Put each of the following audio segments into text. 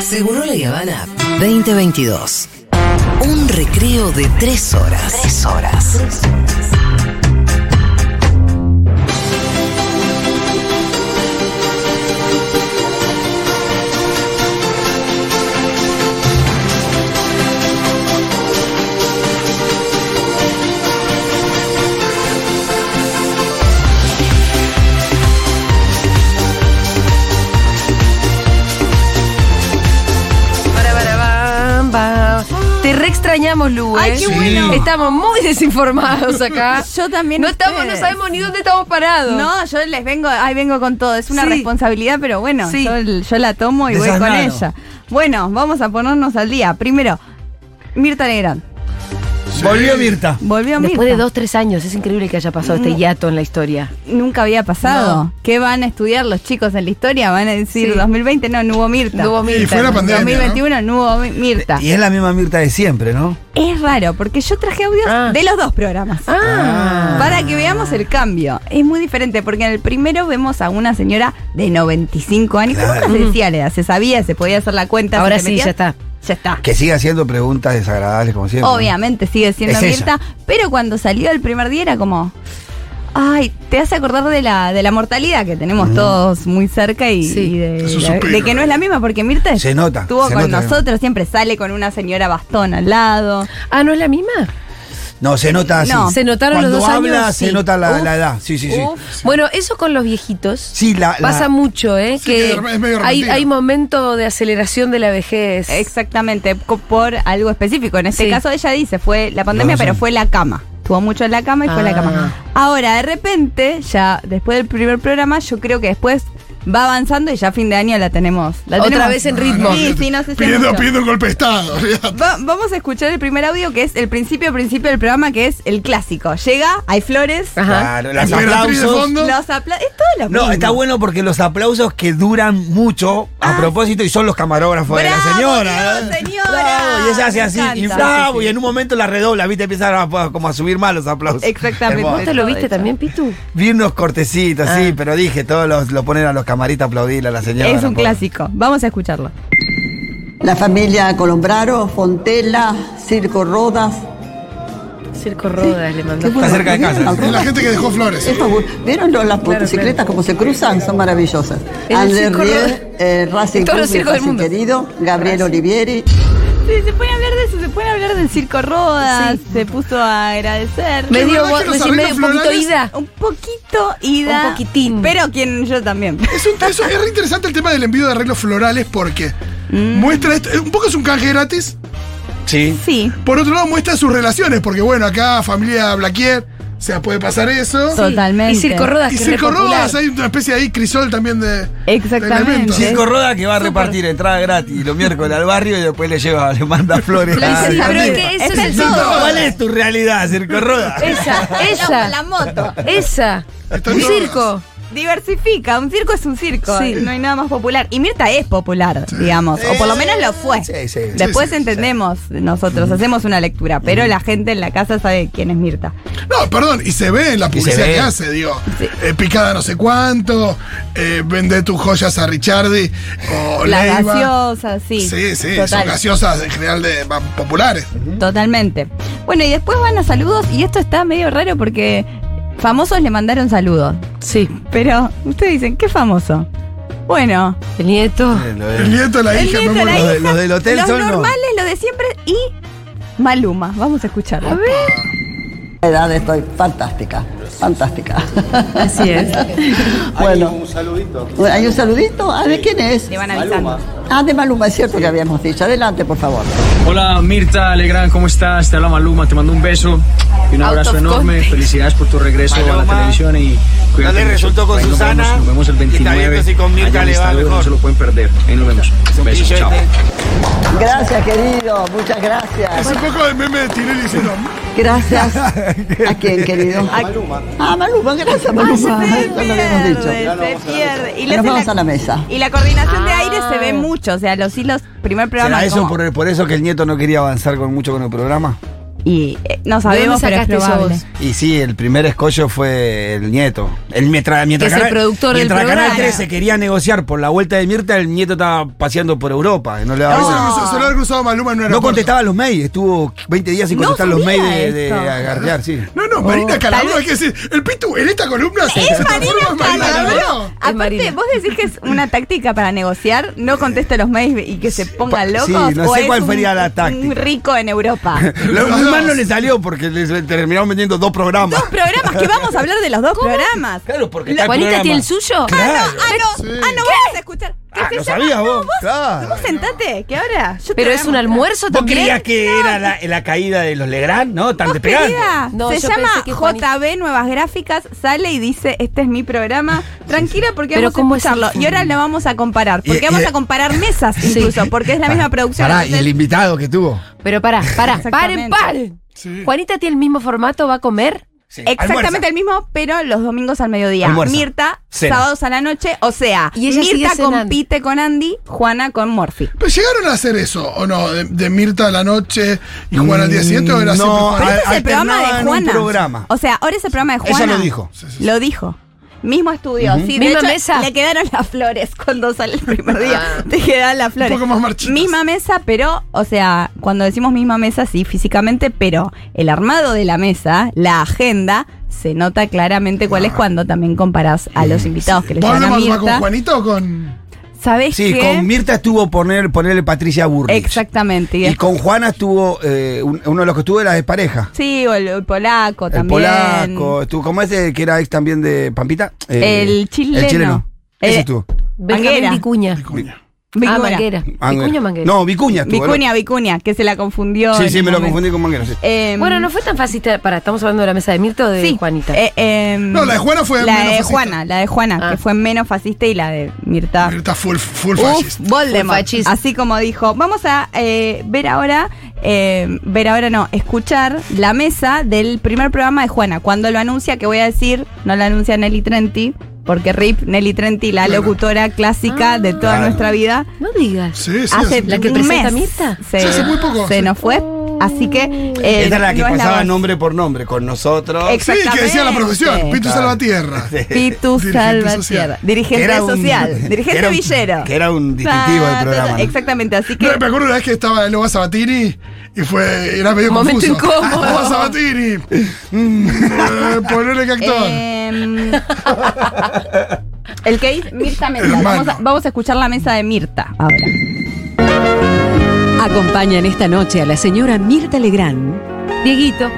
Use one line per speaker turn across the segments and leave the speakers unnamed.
Seguro la Habana 2022. Un recreo de tres horas. Tres horas.
Para, para, va, va. Te re extrañamos, Lu.
Ay,
¿eh?
qué bueno.
Estamos muy desinformados acá.
Yo también
No,
ustedes.
estamos, no sabemos ni dónde estamos parados.
No, yo les vengo, ahí vengo con todo. Es una
Sí.
responsabilidad, pero bueno,
Sí.
yo, yo la tomo y voy con
Desasnado.
ella. Bueno, vamos a ponernos al día. Primero, Mirta Legrand.
Volvió Mirta.
Volvió
Después de
Mirta.
dos, tres años, es increíble que haya pasado este hiato en la historia.
Nunca había pasado. ¿Qué van a estudiar los chicos en la historia? Van a decir,
Sí.
2020 no, no hubo Mirta.
No hubo Mirta.
Y fue la pandemia.
2021 no hubo mi- Mirta.
Y es la misma Mirta de siempre, ¿no?
Es raro, porque yo traje audios
Ah.
de los dos programas.
Ah.
Ah.
Para que veamos el cambio. Es muy diferente, porque en el primero vemos a una señora de 95 años. ¿Cómo
Claro.
no se decía la edad? Se sabía, se podía hacer la cuenta.
Ahora
se te
sí,
metía.
ya está.
Ya está.
Que sigue haciendo preguntas desagradables como siempre.
Obviamente sigue siendo
Es
Mirta,
ella.
pero cuando salió el primer día era como. Ay, te hace acordar de la, de la mortalidad que tenemos todos muy cerca y,
Sí.
y de,
Es un
la-
suspiro.
de que no es la misma, porque Mirta
Se nota,
estuvo
se
con
nota.
nosotros, siempre sale con una señora bastón al lado.
Ah, ¿no es la misma?
No, se nota así.
No.
¿Se notaron
Cuando
los dos
habla,
años?
se
Sí.
nota la,
Uf,
la edad. Sí, sí, sí.
uf. Bueno, eso con los viejitos.
Sí, la, la-
Pasa mucho, ¿eh?
Sí,
que
que es medio
hay,
repentino.
hay momento de aceleración de la vejez.
Exactamente, co- por algo específico. En este
Sí.
caso ella dice, fue la pandemia,
Ah,
Razón.
pero fue la cama. Estuvo mucho en la cama y fue la cama. Ahora, de repente, ya después del primer programa, yo creo que después va avanzando y ya a fin de año la tenemos. La
Otra
tenemos.
vez en ritmo.
Sí, sí, no sé si
pidiendo,
mucho.
pidiendo un golpe de estado. olvídate.
Va- vamos a escuchar el primer audio que es el principio, principio del programa, que es el clásico. Llega, hay flores,
Ajá.
Claro, las
La emperatriz de
aplausos.
fondo.
los aplausos. Es todo lo mismo.
No, está bueno porque los aplausos que duran mucho a
Ah.
propósito y son los camarógrafos de la
¡Bravo,
señora.
Diego,
¿eh?
señora!
Bravo, y ella hace
Me
así, y
encanta.
bravo, y en un momento la redobla, ¿viste? Empiezan a- como a subir más los aplausos.
Exactamente.
Hermoso.
¿Vos te lo viste
Todo
también, Pitu?
Vi unos cortecitos, sí, pero dije, todos los, lo ponen a los camaritas a aplaudirle a la señora.
Es un
pobre.
clásico. Vamos a escucharlo.
La familia Colombraro, Fontela, Circo Rodas.
Circo Rodas le mandó.
Está cerca de casa.
¿Vieron
La
las-
gente que dejó flores.
es fabu- ¿Vieron lo- las motocicletas como se cruzan? Son maravillosas.
En el
Andrés
Circo Rodas.
Riel, eh, Racing
En todos los
Club, mi
circos del
Racing
mundo.
querido, Gabriel Olivieri.
Sí, se pueden hablar de eso, se pueden hablar del circo Rodas, se puso a agradecer.
Me
¿Qué
dio
verdad
vos-
que los
me-
arreglos
me- un poquito
florales-
ida.
Un poquito ida.
Un poquitín.
Pero quien yo también.
Es, un- es- es re interesante el tema del envío de arreglos florales porque
Mm.
muestra esto. eh, Un poco es un canje gratis.
Sí.
Sí.
Por otro lado, muestra sus relaciones, porque bueno, acá familia Blaquier, o sea, puede pasar eso.
Totalmente.
Y Circo Rodas,
Y
que es re
Circo
popular.
Rodas, hay una especie ahí crisol también de.
Exactamente.
de elementos.
Sí,
Cinco rodas que va a repartir entrada gratis los miércoles al barrio y después le lleva, le manda flores.
Lo hice,
Ay, amigo.
pero es que eso
Está
es
en
el-
todo.
¿Cuál es tu realidad, Circo Roda?
Esa,
Con la
esa,
moto.
esa.
Está en
Un
todas.
circo.
Diversifica, un circo es un circo,
Sí.
no hay nada más popular. Y Mirta es popular, digamos, o por lo menos lo fue.
Sí, sí,
Después
sí, sí,
entendemos nosotros, hacemos una lectura, pero la gente en la casa sabe quién es Mirta.
No, perdón, y se ve en la
se
publicidad
ve.
que hace, digo. eh, picada no sé cuánto, eh, vende tus joyas a Richardi o
La
Leiva.
gaseosa, sí.
Sí, sí, son
Total.
gaseosas en general de, más populares.
Totalmente. Bueno, y después van a saludos, y esto está medio raro porque famosos le mandaron saludos.
Sí.
Pero ustedes dicen, ¿qué famoso? Bueno,
El nieto.
sí. Lo
El
de-
nieto, la
el
hija, me
nieto,
muero.
la
los de-
hija,
los del hotel
los
son los-
normales, los de siempre, y Maluma. Vamos a escucharlo.
La edad estoy fantástica, fantástica.
Así es.
bueno. Hay un saludito. ¿Hay un saludito? Ah, ¿de quién es?
Te van avisando.
Ah, de Maluma, es cierto que habíamos dicho. Adelante, por favor.
Hola Mirta Legrand, ¿cómo estás? Te habla Maluma, te mando un beso y un abrazo enorme. Felicidades por tu regreso a la
Maluma.
televisión y
No
cuídate
le
mucho.
resultó con
Ahí nos
Susana.
vemos, Nos vemos, el
Y está
29.
viendo si con Mirta
allá en
le va
Estadio,
mejor.
No se lo pueden perder. Ahí nos vemos. Besos, chao.
Gracias, querido. Muchas
Es
gracias.
un poco el meme de Tinelli diciendo. "Mm".
Gracias. ¿A quién, querido? A Maluma. Ah, Maluma, gracias, Maluma. No lo habíamos dicho.
se pierde. Y le
Nos
hacen
vamos a la mesa.
Y la coordinación de aire se ve mucho, o sea, los hilos, primer programa.
¿Será eso
como-
por, por eso que el nieto no quería avanzar con mucho con el programa?
Y eh, no sabemos,
dónde
pero es
sacaste eso
probable.
vos?
Y sí, el primer escollo fue el nieto. El, mientras mientras,
Que es el productor del
mientras Canal
programa.
13 quería negociar por la vuelta de Mirta, el nieto estaba paseando por Europa. y No, le daba
Eso
bola.
cruzó- Se lo ha cruzado Maluma en un
no
aeropuerto.
contestaba los mails. Estuvo 20 días sin
No
contestar los
sabía
mails de, de
esto.
agarrear, sí.
No, no,
Oh,
Marina Calabro,
tal
hay que decir, el Pitu en esta columna se, se transforma en Marina Calabro.
Aparte,
Marina.
vos decís que es una táctica para negociar, no conteste los mails y que se pongan
Pa-
locos.
sí, no
o
sé
es
cuál
un-
sería la
un
táctica.
rico en Europa.
Lo
Los
más
dos.
no le salió porque les terminaron vendiendo dos programas.
dos programas, que vamos a hablar de los dos programas.
Claro, porque
Lo-
está el
¿Juanita
programa.
tiene el suyo?
Ah,
Claro.
no, ah, no,
Sí.
ah, no, vamos a escuchar. ¿Qué
Ah,
se
lo
llama?
sabías
No,
vos. Claro.
Vos sentate, que ahora. yo te
¿Pero
voy a
es un
mostrar.
almuerzo
¿Vos
también?
creías que era la, la caída de los Legrand? ¿No? Tan
Vos,
de pegando.
querida,
No,
se
yo
llama
pensé que Juanita-
JB Nuevas Gráficas, sale y dice, este es mi programa, tranquila porque
Pero
vamos a
¿cómo es
escucharlo.
el
Y ahora lo vamos a comparar, porque
Y- y-
vamos a comparar mesas incluso, porque es la misma producción.
Pará, y
entonces-
el invitado que tuvo.
Pero pará, pará, paren,
Exactamente.
paren.
Sí.
¿Juanita tiene el mismo formato? ¿Va a comer?
Exactamente el mismo, pero los domingos al mediodía.
Almuerza.
Mirta,
Cena.
sábados a la noche. O sea,
Y ella sigue
Mirta
cenando.
compite con Andy, Juana con Morphy.
¿Pero llegaron a hacer eso o no? De, de Mirta a la noche y Juan al día siguiente o era
Mm,
siempre
no,
Juan?
a-
Ese es el programa
alternaban
de
un
Juana.
programa.
O sea, ahora es el programa de
Ella
Juana.
lo dijo.
Sí, sí, sí.
Lo dijo. Mismo estudio, sí, de
Misma
hecho,
mesa. Ah.
Le quedaron las flores cuando sale el primer día. Te quedan las flores.
poco más marchitas.
Misma mesa, pero, o sea, cuando decimos misma mesa, sí, físicamente, pero el armado de la mesa, la agenda, se nota claramente cuál es
Ah.
cuando también comparás a los invitados que le
¿Vos
llevan
hablás
a
más más
Mirta.
con Juanita o con.?
¿Sabés
Sí,
qué?
con Mirta estuvo poner, ponerle Patricia Burrich.
Exactamente. y
Y
después-
con Juana estuvo eh, un- uno de los que estuvo de las de pareja.
sí, o el, el polaco
El
también.
polaco, estuvo como ese que era ex también de Pampita. Eh,
El chileno.
El chileno. Ese
Eh,
estuvo.
Benjamín
Manguera.
Vicuña. Ah,
Vicuña.
Manguera.
Manguera.
Vicuña o Manguera.
No, Vicuña estuvo. ¿no?
Vicuña, Vicuña, que se la confundió.
Sí,
en
sí,
un
me lo
momento.
confundí con Manguera. sí.
Eh,
Bueno, no fue tan fácil. Para, estamos hablando de la mesa de Mirta o de
sí.
Juanita.
Eh, eh,
No, la de Juana fue
La
menos
de
fascista.
Juana, la de Juana,
Ah.
que fue menos fascista y la de Mirta.
Mirta full, full
Ah. Uf,
fascista.
Voldemort.
Fue fascista.
Así como dijo, vamos a eh, ver ahora, eh, ver ahora no, escuchar la mesa del primer programa de Juana. Cuando lo anuncia, que voy a decir, no la anuncia Nelly Trenti, porque Rip, Nelly Trenti, la locutora clásica de toda
Claro.
nuestra vida,
No digas.
Sí, sí.
hace
¿La que
un
presenta
mes
Mirta?
Se,
Sí, hace muy poco,
se
sí.
nos fue. Así que. eh,
Esa era la que
no es
pasaba
voz.
nombre por nombre con nosotros.
Ex-
Sí, que decía la profesión,
Exactamente.
Pitu Salvatierra.
Pitu
Dirigente
Salvatierra,
social.
dirigente
Que era un-
social,
que
dirigente
era un-
villero.
que era un distintivo del
Ah,
programa, ¿no?
Exactamente, así que
No, me acuerdo una vez que estaba Loba Sabatini y fue. Era medio
Momento
confuso.
incómodo.
Loba Sabatini. Mm, eh, Ponele que actor.
Eh.
Em, el que dice Mirta Mesa.
Hermano.
Vamos a, vamos a escuchar la mesa de Mirta
Ah.
ahora.
Acompañan esta noche a la señora Mirta Legrand,
Dieguito.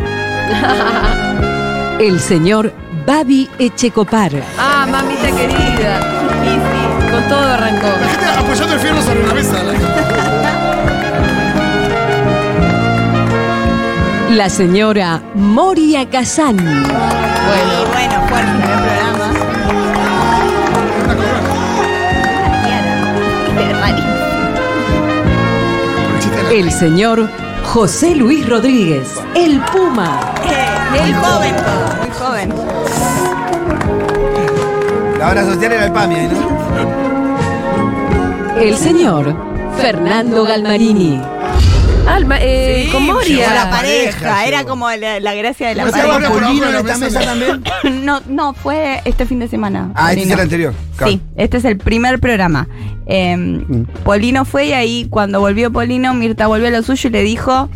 el señor Babi Echecopar,
Ah, mamita querida. Con todo
La
arrancó.
gente apoyando el fierro sobre la mesa. la-
la señora Moria Kazan,
Y bueno, fuerte el programa.
la corona.
Qué raro.
El chiste de la-
el señor José Luis Rodríguez, el Puma,
Eh, Muy joven todo, muy joven.
La hora social era el PAMI, ahí, ¿no?
el señor Fernando Galmarini,
Alma, eh, con
llegó
Moria.
la
pareja,
pareja, era
llegó.
como la, la gracia de la
Pero se
pareja.
abajo por abajo de la mesa.
también?
No, no, fue este fin de semana.
Ah, este
Paulino.
es el anterior. claro.
Sí, este es el primer programa. Eh,
Mm.
Polino fue y ahí cuando volvió Polino, Mirta volvió a lo suyo y le dijo,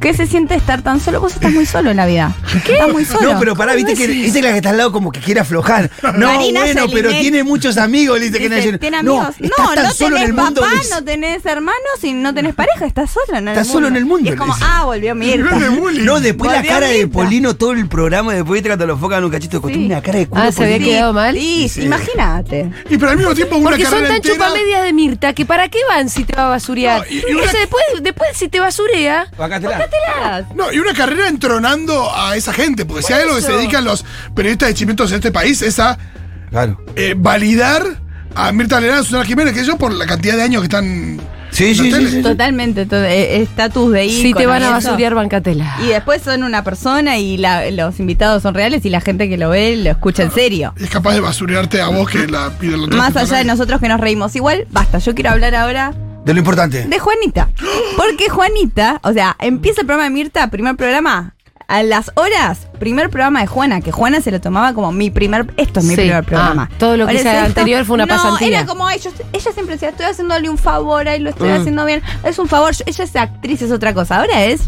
¿qué se siente estar tan solo? Vos estás muy solo en la vida. Estás muy solo.
No, pero pará, viste que esa es la que está al lado como que quiere aflojar. No,
Marina
bueno,
Salinelli.
pero tiene muchos amigos, le dice que
Dice,
Nayer.
¿Tiene
no,
amigos?
estás tan solo en
tenés
el mundo.
papá,
es-
no tenés hermanos y no tenés pareja, estás solo en el mundo.
Estás solo en el mundo,
Y es como,
le dice.
ah, volvió Mirta.
Nivel de bullying.
No, después la
Volvió
cara de
Mirta.
Polino todo el programa, después viste cuando lo enfocan en un cachito de costumbre,
Sí.
una cara de culo.
Ah, se había
Polino.
quedado mal.
Sí,
Sí.
imagínate.
Y pero al mismo tiempo una
Porque son
carrera
tan
entera.
chupamedias de Mirta que para qué van si te va a basurear.
No, y- y una-
O sea, después, después si te basurea.
Bacatelá.
No, y una carrera entronando a esa gente, porque si hay algo que se dedican los periodistas de chimentos en este país es a
Claro.
eh, validar a Mirta Legrand, Susana Jiménez, que ellos por la cantidad de años que están.
Sí, sí, sí, sí.
Totalmente, to- eh, estatus de ícono.
Si te van
y
a
eso.
basurear, bancatela.
Y después son una persona y la- los invitados son reales y la gente que lo ve lo escucha en serio.
Es capaz de basurearte a vos que la pide la otra
Más
persona.
allá de nosotros que nos reímos. Igual, basta, yo quiero hablar ahora
De lo importante.
De Juanita. Porque Juanita, o sea, empieza el programa de Mirta, primer programa. A las horas, primer programa de Juana, que Juana se lo tomaba como mi primer. Esto es mi
Sí.
primer programa.
Ah, todo lo que
Ahora
hice
es esto.
anterior fue una
no,
pasantía.
Era como ellos, ella siempre decía, estoy haciéndole un favor, ahí lo estoy
Mm.
haciendo bien. Es un favor, yo- ella es actriz, es otra cosa. Ahora es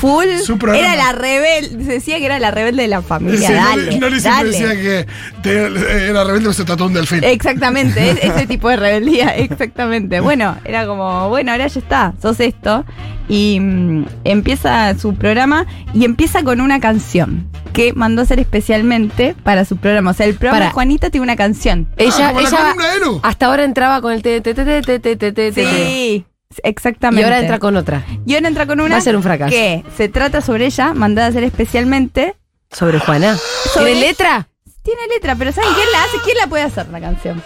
full.
Su programa.
Era la rebelde, se decía que era la rebelde de la familia.
Sí, no
dale,
le- no le siempre
dale. Eh,
decía que te- era rebelde se trató un delfín.
Exactamente, es- ese tipo de rebeldía, exactamente. Bueno, era como, bueno, ahora ya está, sos esto. Y mm, empieza su programa y empieza con una canción que mandó a hacer especialmente para su programa. O sea, el programa
Para.
de Juanita tiene una canción.
Ella,
como la
ella
columna de Lu.
hasta ahora entraba con el te, te, te, te, te, te, te, te, te.
Sí, exactamente.
Y ahora entra con otra.
Y ahora entra con una
Va a ser un fracaso.
que se trata sobre ella, mandada a hacer especialmente.
¿Sobre Juana?
Sobre-
¿Sobre letra?
Tiene letra, pero ¿saben quién la hace? ¿Quién la puede hacer la canción?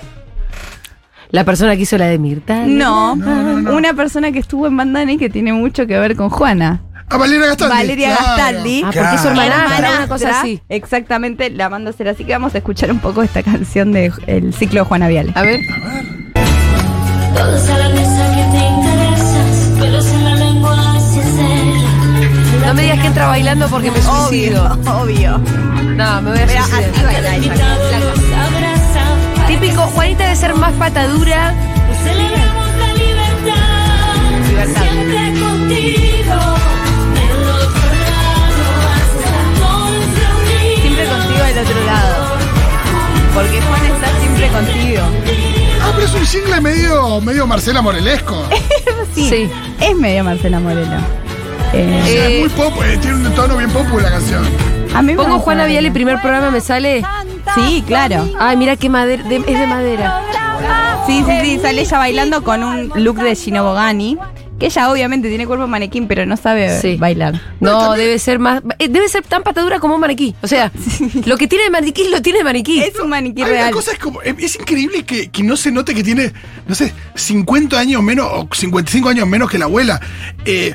La persona que hizo la de Mirta.
No, una persona que estuvo en Bandani que tiene mucho que ver con Juana.
A Valeria Gastaldi.
Valeria
claro.
Gastaldi.
Ah, porque es su
Claro.
hermanastra,
Hermanastra,
una cosa así.
Exactamente, la manda a hacer así que vamos a escuchar un poco esta canción del ciclo de Juana Viale.
A ver.
Todos a la mesa que te interesas, pelos en la lengua sincera.
No me digas que entra bailando porque me suicido.
obvio.
No, me voy a
Pero
suicidar.
así baila esa canción.
Nos abraza,
Típico, Juanita debe ser más patadura.
celebramos la libertad. Siempre contigo, del otro lado hasta nuestra unidad.
Siempre contigo del otro lado. Porque Juana está siempre contigo.
Ah, pero es un single medio, medio Marcela Morelesco.
Sí.
Sí.
Es medio Marcela Moreno. Eh,
Sí,
Eh,
es muy pop, eh, tiene un tono bien pop la canción.
a mí me
Pongo
gusta
Juana
Moreno.
Viale, primer programa me sale.
Sí, claro.
Ay, mira qué madera. de- es de madera.
Sí, sí, sí, sale ella bailando con un look de Gino Bogani. Que ella obviamente tiene cuerpo maniquín, pero no sabe
Sí.
bailar.
No, debe ser más. eh, Debe ser tan patadura como un maniquí. O sea, lo que tiene de maniquí lo tiene de maniquí.
Es un maniquí
Hay una
real.
cosa, es, como, eh, es increíble que, que no se note que tiene, no sé, 50 años menos o 55 años menos que la abuela. Eh,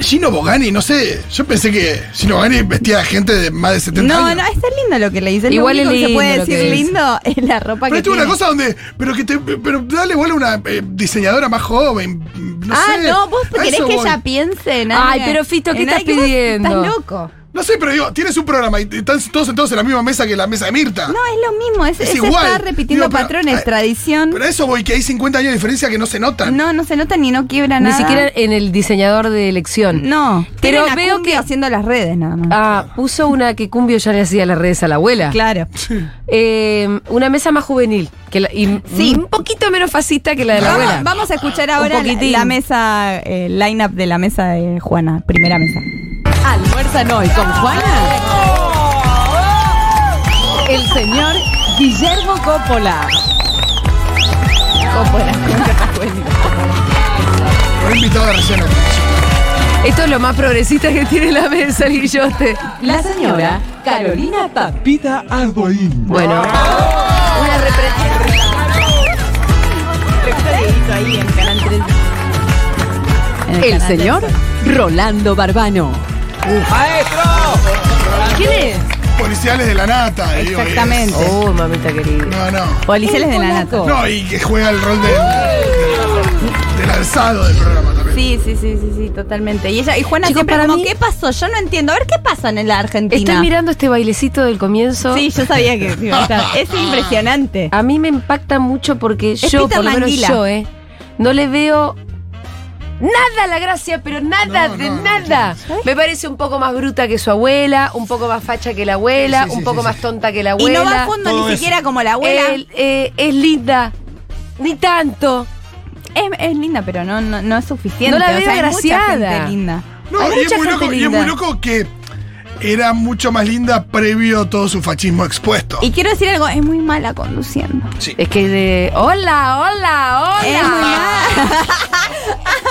Gino Bogani, no sé, yo pensé que Gino Bogani vestía a gente de más de 70
No,
años.
no, está lindo lo que le dice.
Igual
lo único
es
que se puede
lindo lo que
decir
dice.
lindo es la ropa
Pero
que
esto es
tiene.
una cosa donde. Pero que te. Pero dale bola a una eh, diseñadora más joven. No
ah,
sé.
no, vos
A
querés
eso
que
voy.
ella piense en
Ay,
alguien-
pero Fito, ¿qué
en
estás
alguien que vos
pidiendo?
Estás loco.
No sé, pero digo, tienes un programa y están todos sentados en la misma mesa que la mesa de Mirta.
No, es lo mismo. Es,
Es
es
igual.
estar repitiendo
Digo, pero-
patrones,
ay,
tradición.
Pero a eso voy, que hay 50 años de diferencia que no se notan.
No, no se nota ni no quiebra
Ni
nada.
siquiera en el diseñador de elección.
No,
Pero veo
pero veo que haciendo las redes nada más.
Ah, puso una que Cumbio ya le hacía las redes a la abuela.
Claro.
Eh, una mesa más juvenil. Que la- y
Sí.
un poquito menos fascista que la de la abuela.
Vamos, vamos a escuchar ahora la,
poquitín.
la mesa, el line-up de la mesa de Juana, primera mesa.
Almuerzan hoy con Juana. El señor Guillermo Coppola.
Lo he invitado de relleno.
Esto es lo más progresista que tiene la mesa, el guillote.
La señora Carolina Papi.
Bueno, una repre-
El señor Rolando Barbano.
¿Quién es?
Policiales de la nata. digo, es-
Exactamente.
Oh, mamita querida.
no, no.
Policiales de la
polaco.
nata.
No, y que juega el rol de, del alzado del programa también.
Sí, sí, sí, sí, sí, totalmente. Y ella, y Juana
Chicos,
siempre
para
como,
mí-
¿qué pasó? Yo no entiendo. A ver, ¿qué pasa en la Argentina?
Estoy mirando este bailecito del comienzo.
Sí, yo sabía que iba a estar. Es impresionante.
A mí me impacta mucho porque
Es
yo,
Peter
por lo menos
Languila.
yo, eh, no le veo nada a la gracia, pero nada
No,
de
no, no,
nada. Me parece un poco más bruta que su abuela, un poco más facha que la abuela,
Sí, sí,
un
sí,
poco
sí,
más
sí.
tonta que la
Y
abuela.
no va a fondo
Todo
ni
eso.
siquiela como la abuela.
Él, eh, es linda, ni tanto.
es, es linda, pero no, no, no es suficiente.
No la
O sea,
veo
hay mucha
agraciada.
gente linda.
No,
Hay
y es,
mucha
muy
gente
loco, y es
linda.
muy loco que era mucho más linda previo a todo su fascismo expuesto.
Y quiero decir algo, es muy mala conduciendo.
Es que de. ¡Hola, hola, hola!
Es muy mala.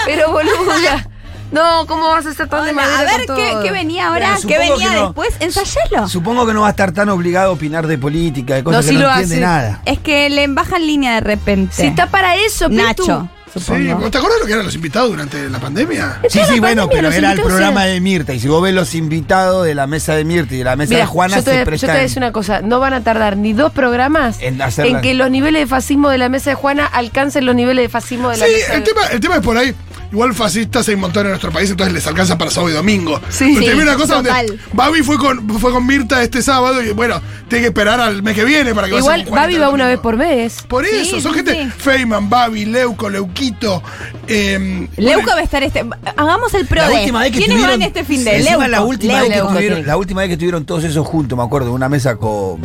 Pero boluda. No, ¿cómo vas a ser tan de
Hola,
madera
a ver
con
qué,
todo?
qué venía ahora,
Bueno,
qué
supongo
venía
que no.
después, ensayalo.
Supongo que no va a estar tan obligado a opinar de política, de cosas
No,
que
sí
no
lo
entiende
hace.
nada.
Es que le bajan línea de repente.
Si está para eso, Pitu.
Nacho.
Sí,
supongo.
¿te acuerdas lo que eran los invitados durante la pandemia?
Sí, sí, bueno,
pandemia,
pero
los
era el
invitados
programa
eran-
de Mirta. Y si vos ves los invitados de la mesa de Mirta y de la mesa de
Mira,
Juana,
yo te,
se
yo te
prestan.
voy a decir una cosa, no van a tardar ni dos programas
En
en,
hacerla.
que los niveles de fascismo de la mesa de Juana alcancen los niveles de fascismo de la
Sí,
mesa
el
de-
tema, el tema es por ahí. Igual fascistas hay un montón en nuestro país, entonces les alcanza para sábado y domingo.
Sí,
Pero te viene una cosa donde
total.
Babi fue con, fue con Mirta este sábado y bueno, tiene que esperar al mes que viene para que vaya
Igual
con Juanita
Babi
el
va una vez
domingo.
por mes.
Por eso,
Sí,
son
sí,
gente.
sí.
Feynman, Babi, Leuco, Leuquito. eh,
Leuco va a estar este. Hagamos el pro
La
de.
última vez que
¿Quiénes
estuvieron-
van este fin de
encima
Leuco?
la última, vez que
Leuco,
estuvieron-
sí.
la última vez que estuvieron todos esos juntos, me acuerdo, en una mesa con,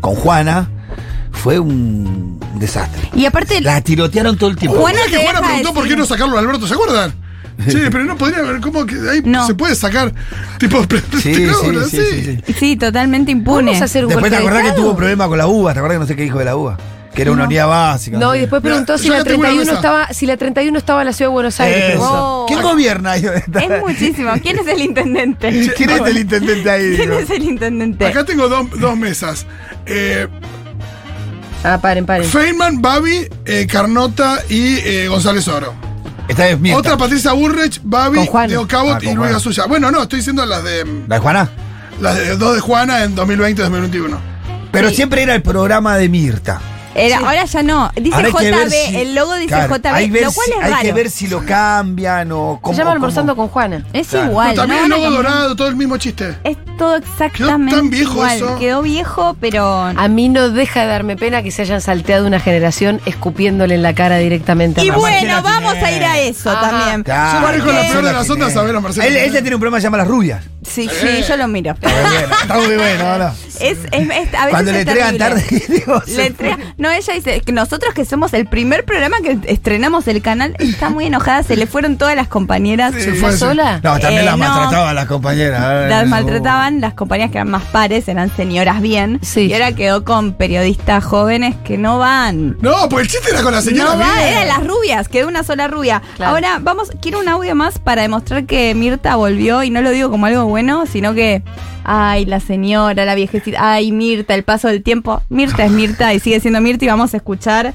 con Juana, fue un desastre.
Y aparte,
La tirotearon todo el tiempo.
Juana
¿Sabés
te
que Juana
deja
preguntó por qué
decir-
no sacarlo a Alberto, ¿se acuerdan? Sí, pero no podría haber, ¿cómo que ahí
No.
se puede sacar? Tipo,
Sí, sí, sí, sí, sí.
sí, totalmente impune.
Vamos a hacer un
Después te
golpe de
acordás que
estado?
tuvo problemas con la uva, te acordás que no sé qué dijo de la uva, que era una unidad básica.
No, y después
Mira,
preguntó si
yo
la
acá tengo una
31
mesa.
estaba, si la 31 estaba en la ciudad de Buenos Aires.
Eso.
Wow.
¿Quién gobierna ahí?
Es muchísimo. ¿Quién es el intendente?
¿Quién es el intendente ahí?
¿Quién
digo?
es el intendente?
Acá tengo dos, dos mesas. Eh,
Ah, paren, paren.
Feynman, Babi, eh, Carnota y eh, González Oro.
Esta es Mirta.
Otra Patricia Burrich, Babi,
Con Juana.
Diego Cabot
Ah, con
y Luis
Juana.
Gasulla. Bueno, no, estoy diciendo las de
¿La de Juana?
las de, dos de Juana en 2020-2021.
Pero siempre era el programa de Mirta.
Era- Ahora ya no. Dice
Ahora hay que
JB,
ver si-
el logo dice
claro, hay
JB,
ver
lo cual
si-
es
Hay que
raro.
ver si lo cambian o cómo.
Se llama
o
almorzando
cómo.
con Juana.
Es
Claro.
igual.
También
¿no?
el
No
logo
cambió.
dorado, todo el mismo chiste.
Es todo exactamente
viejo
igual.
eso.
Quedó viejo, pero.
Ah,
A mí no deja de darme pena que se hayan salteado una generación escupiéndole en la cara directamente a
Y
Mamá.
Marcela
bueno, vamos a
Tinelli.
ir a eso
Ajá.
también.
Claro.
Yo manejo
Marcela
la peor de las
Tinelli.
ondas, a ver, a Marcela
Él, ella
Tinelli.
tiene un programa que se llama Las Rubias.
Sí, sí, yo lo miro.
Eh,
Está muy bueno, está muy bueno, no, no.
Es, es- es- a veces
Cuando le
es
entregan
terrible.
tarde, digo,
Le
se-
entrega- no, ella dice que nosotros que somos el primer programa que estrenamos el canal, está muy enojada, se le fueron todas las compañeras.
Sí,
¿Está
fue-
sola?
No, también
Eh, no.
las maltrataban las compañeras. Ay,
Las
no.
maltrataban, las compañeras que eran más pares, eran señoras bien.
Sí.
Y ahora quedó con periodistas jóvenes que no van.
No, pues el chiste era con la
No
señora.
eh, va,
mía.
eran las rubias, quedó una sola rubia.
Claro.
Ahora, vamos, quiero un audio más para demostrar que Mirta volvió y no lo digo como algo bueno, sino que, ay, la señora, la viejecita, ay, Mirta, el paso del tiempo. Mirta es Mirta y sigue siendo Mirta y vamos a escuchar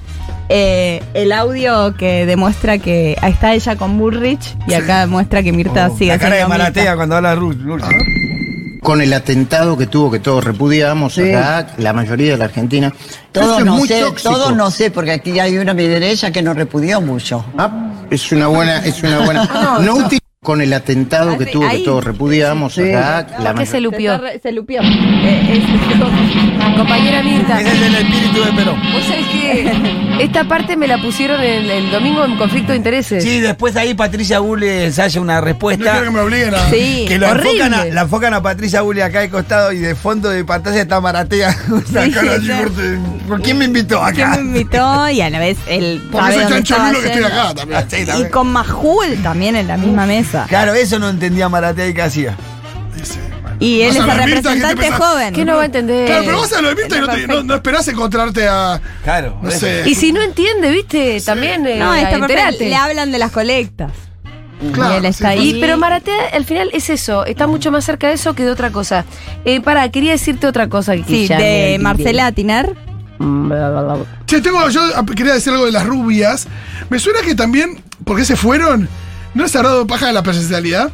eh, el audio que demuestra que ahí está ella con Bullrich y acá demuestra que Mirta sigue
Oh, La cara de
siendo Mirta.
Maratea cuando habla Ruth.
Con el atentado que tuvo, que todos repudiamos acá, la mayoría de la Argentina.
Todos
Eso es
no
muy
sé,
tóxico.
todos no sé, porque aquí hay una a mi derecha que nos repudió mucho.
Ah, es una buena, es una buena. no util- Con el atentado que
Así,
tuvo,
Ah, ahí.
que todos repudiamos acá, la
¿Por qué
mayoría.
se lupió?
Se, se lupió. Eh, es-
Compañera Mirta.
Ese es el espíritu de Perón.
Vos sabés que esta parte me la pusieron el, el domingo en conflicto de intereses.
Sí, después ahí Patricia Bulle ensaya una
No
respuesta.
quiero que me obliguen a.
sí,
Que lo
horrible.
enfocan a, la enfocan a Patricia Bulle acá de costado y de fondo de pantalla está Maratea. con esa
Sí,
cara así
sí.
fuerte. ¿Por quién me invitó
que
acá?
me invitó y a la vez él
Porque
sabe
soy
dónde
tan
estaba
cholulo que estoy
yendo.
acá también.
Sí,
Y
también.
con Majul también en la misma mesa.
Claro, eso no entendía Maratea y qué hacía.
Dice, bueno.
Y él
Vas
es
a
el
la Mirta, ¿qué te
representante
pensás?
joven.
¿Qué no va a entender?
Claro, pero vas a lo de Mirta y no, te-
eh, Perfecto.
no- no esperás encontrarte a.
Claro.
No
eso.
sé.
Y si no entiende, ¿viste? También eh,
No, está perfecto.
enterate.
Le hablan de las colectas.
Claro,
y él está
sí,
ahí.
Y, pero Maratea al final es eso, está mucho más cerca de eso que de otra cosa. Eh, pará, quería decirte otra cosa que
Sí,
ya me
de
olvidé.
Marcela Atinar.
Che, tengo, yo ap- quería decir algo de las rubias. Me suena que también, ¿por qué se fueron? ¿No les habrá dado paja de la presencialidad?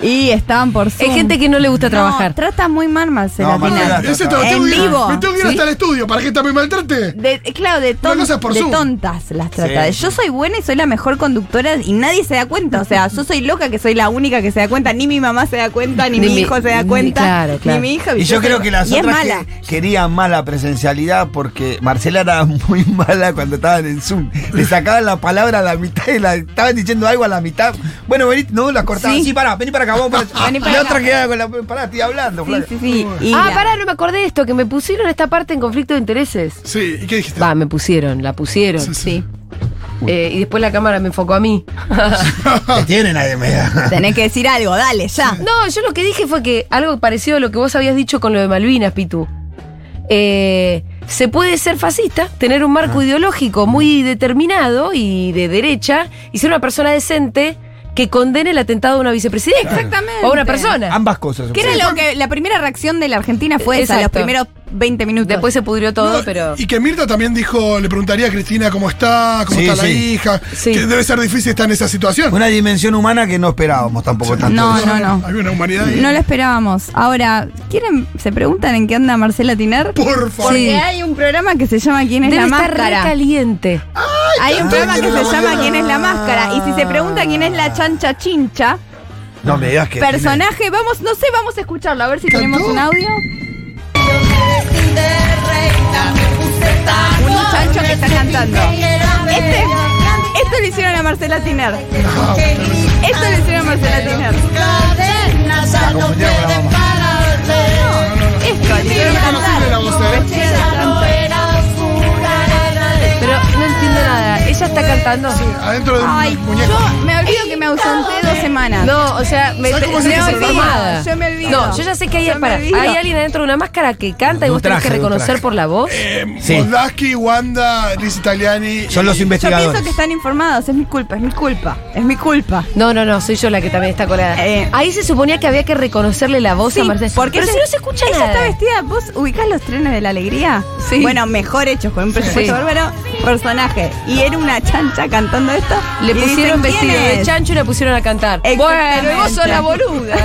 Y estaban por Zoom.
Hay gente que no le gusta trabajar.
No, trata muy mal Marcela
No, Marcela,
Atinar.
Claro,
Ese
claro.
te- tengo
En
que ir-
vivo,
Me tengo que ir
¿sí?
hasta el estudio para que esta me maltrate.
De, eh, claro, de,
Una
ton-
cosa es por
de
Zoom.
tontas las trata. de
Sí.
Yo soy buena y soy la mejor conductora y nadie se da cuenta. O sea, yo soy loca que soy la única que se da cuenta. Ni mi mamá se da cuenta, ni,
Ni
mi,
mi-
hijo se da
ni-
cuenta,
claro, claro.
ni mi hija.
Y yo creo que las
y es
otras
mala.
que- querían más la presencialidad porque Marcela era muy mala cuando estaban en Zoom. Le sacaban la palabra a la mitad y la estaban diciendo algo a la mitad. Bueno, vení, no, la cortaban. Sí, pará, vení para acá, vamos para allá.
Vení para
La
acá.
otra quedaba con la. Pará, estoy hablando,
Sí,
flaca.
sí, sí. Y
ah,
la-
pará, no me acordé de esto, que me pusieron esta parte en conflicto de intereses.
Sí, ¿y qué dijiste?
Va, me pusieron, la pusieron.
Sí.
Eh, y después la cámara me enfocó a mí.
Te tienen ahí, media.
Tenés que decir algo, dale, ya.
No, yo lo que dije fue que algo parecido a lo que vos habías dicho con lo de Malvinas, Pitu. Eh, se puede ser fascista, tener un
Ah.
marco ideológico muy determinado y de derecha, y ser una persona decente que condene el atentado a una vicepresidenta.
Exactamente.
O a una persona.
Ambas cosas.
Que era lo que la primera reacción de la Argentina fue esa, los
Exacto.
primeros 20 minutos.
Después se pudrió todo,
No,
pero.
Y que Mirta también dijo, le preguntaría a Cristina cómo está, cómo
Sí,
está la
sí.
hija.
Sí.
Que debe ser difícil estar en esa situación.
Una dimensión humana que no esperábamos tampoco tanto.
No, no, no.
Hay una humanidad ahí.
No lo esperábamos. Ahora, ¿quieren, ¿se preguntan en qué anda Marcela Tiner?
Por favor.
Porque hay un programa que se llama ¿Quién es
Debe
la
estar re
máscara?
caliente.
Hay un programa que
¿Quién
se
es la
llama
máscara?
¿Quién es la máscara? Y si se pregunta quién es la chancha chincha,
No me digas que.
personaje, vamos, no sé, vamos a escucharlo, a ver si tenemos un audio. Un chancho que está cantando. Este, esto lo hicieron a Marcela Tiner. Esto lo hicieron a Marcela Tiner.
tiene- la confundieron con la mamá.
Esto lo hicieron
Reconocible la
cantar.
voz, ¿eh?
Vestida de chancho.
Pero no entiendo nada. Ella está cantando.
Adentro de un
Ay,
muñeco.
yo me olvido que me ausenté dos semanas.
No, o sea, me
¿Sabes cómo se
me
dice
olvido.
programa? Yo me olvido.
No, yo ya sé que hay,
Yo me
para,
olvido.
hay alguien adentro de una máscara que canta y
De un
vos tenés
traje,
que
de un
reconocer
traje.
por la voz.
Sí.
Moldaski, Wanda, Liz Italiani.
Son los
y-
Yo pienso
investigadores.
que están informados, es mi culpa, es mi culpa, es mi culpa.
No, no, no, soy yo la que también está colada.
Eh.
Ahí se suponía que había que reconocerle la voz a Mercedes.
porque
Pero
ella-
si no se escucha
ella
nada.
está vestida, vos ubicás los trenes de la alegría.
Sí.
Bueno, mejor hechos, con un presupuesto
Sí.
bárbaro, personaje. Y era una chancha cantando esto.
Le
y dicen,
pusieron
"¿Quién
vestido de
es?".
chancho y la pusieron a cantar. Bueno,
Exactamente.
y vos sos la boluda.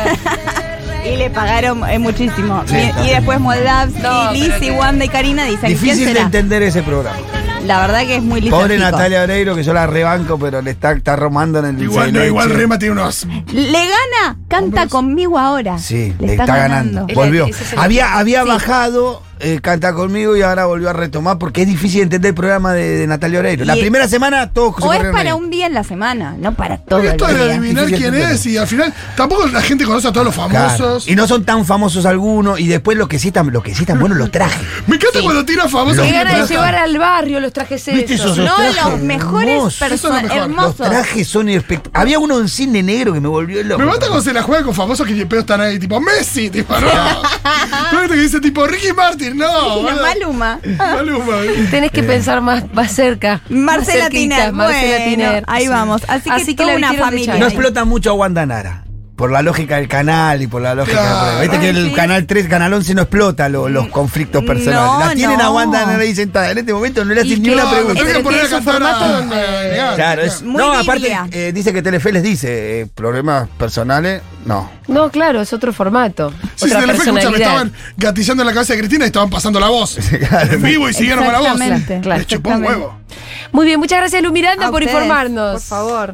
Y le pagaron eh, muchísimo.
Sí,
y,
está
y
bien.
después Moldavs,
No,
y Liz,
pero
y
que-
Wanda y Karina dicen,
Difícil
¿quién
de
será?
entender ese programa.
La verdad que es muy listo.
Pobre Natalia Oreiro, que yo la rebanco, pero le está, está romando en el.
Igual,
en
no,
el-
igual Rema tiene unos.
Le gana, canta conmigo ahora.
Sí,
le,
le está, ganando. Volvió. Había, había bajado eh, Canta conmigo y ahora volvió a retomar porque es difícil entender el programa de, de Natalia Oreiro. La
Y-
primera semana todos se
O es
corrieron
para
ahí.
un día en la semana, no para todo el
Esto de
día.
adivinar
Difícil
quién
entender.
es y al final tampoco la gente conoce a todos los
Claro.
famosos.
Y no son tan famosos algunos y después los que sí están, los que sí están buenos los trajes.
Me encanta cuando tira famosos.
Qué
y
ganas de
plata.
llevar al barrio los trajes
¿Viste
esos.
esos
No,
dos
No,
trajes
los mejores
hermosos.
Eso es
personas
lo mejor.
Los
hermosos.
trajes son espectaculares. Había uno en cine negro que me volvió loco.
Me mata cuando se la juega con famosos que ni en pedo están ahí, tipo Messi, tipo, no. Pero que dice tipo Ricky Martin, no.
Y la
boludo.
Maluma.
Maluma.
Tenés que pensar más, más cerca.
Marcela
más cerquita,
Tiner.
Marcela
Bueno,
Tiner.
ahí
Sí.
vamos. Así que toda
la
una
vistieron de
familia.
No
chancho.
explota mucho a Wanda Nara. Por la lógica del canal y por la lógica del
Claro.
programa. Viste que el
sí. Mm.
canal 3, canal 11 no explota lo- los conflictos personales.
No,
la tienen a
no.
Wanda Nara ahí sentada. En este momento no le hacen ni
No,
una pregunta.
tengo que
Pero
poner a
tiene su
cantar a-
formato
a- a-
Claro, es-
Muy
no,
biblia.
aparte eh, dice que Telefe les dice eh, problemas personales, no.
No, claro, es otro formato.
Sí,
otra
se le fue, escucha, me
personalidad.
estaban gatillando en la cabeza de Cristina y estaban pasando la voz.
claro.
en vivo y siguieron con la voz.
Exactamente,
Les chupó un
exactamente.
huevo.
Muy bien, muchas gracias Lu Miranda
A
por
ustedes,
informarnos.
Por favor.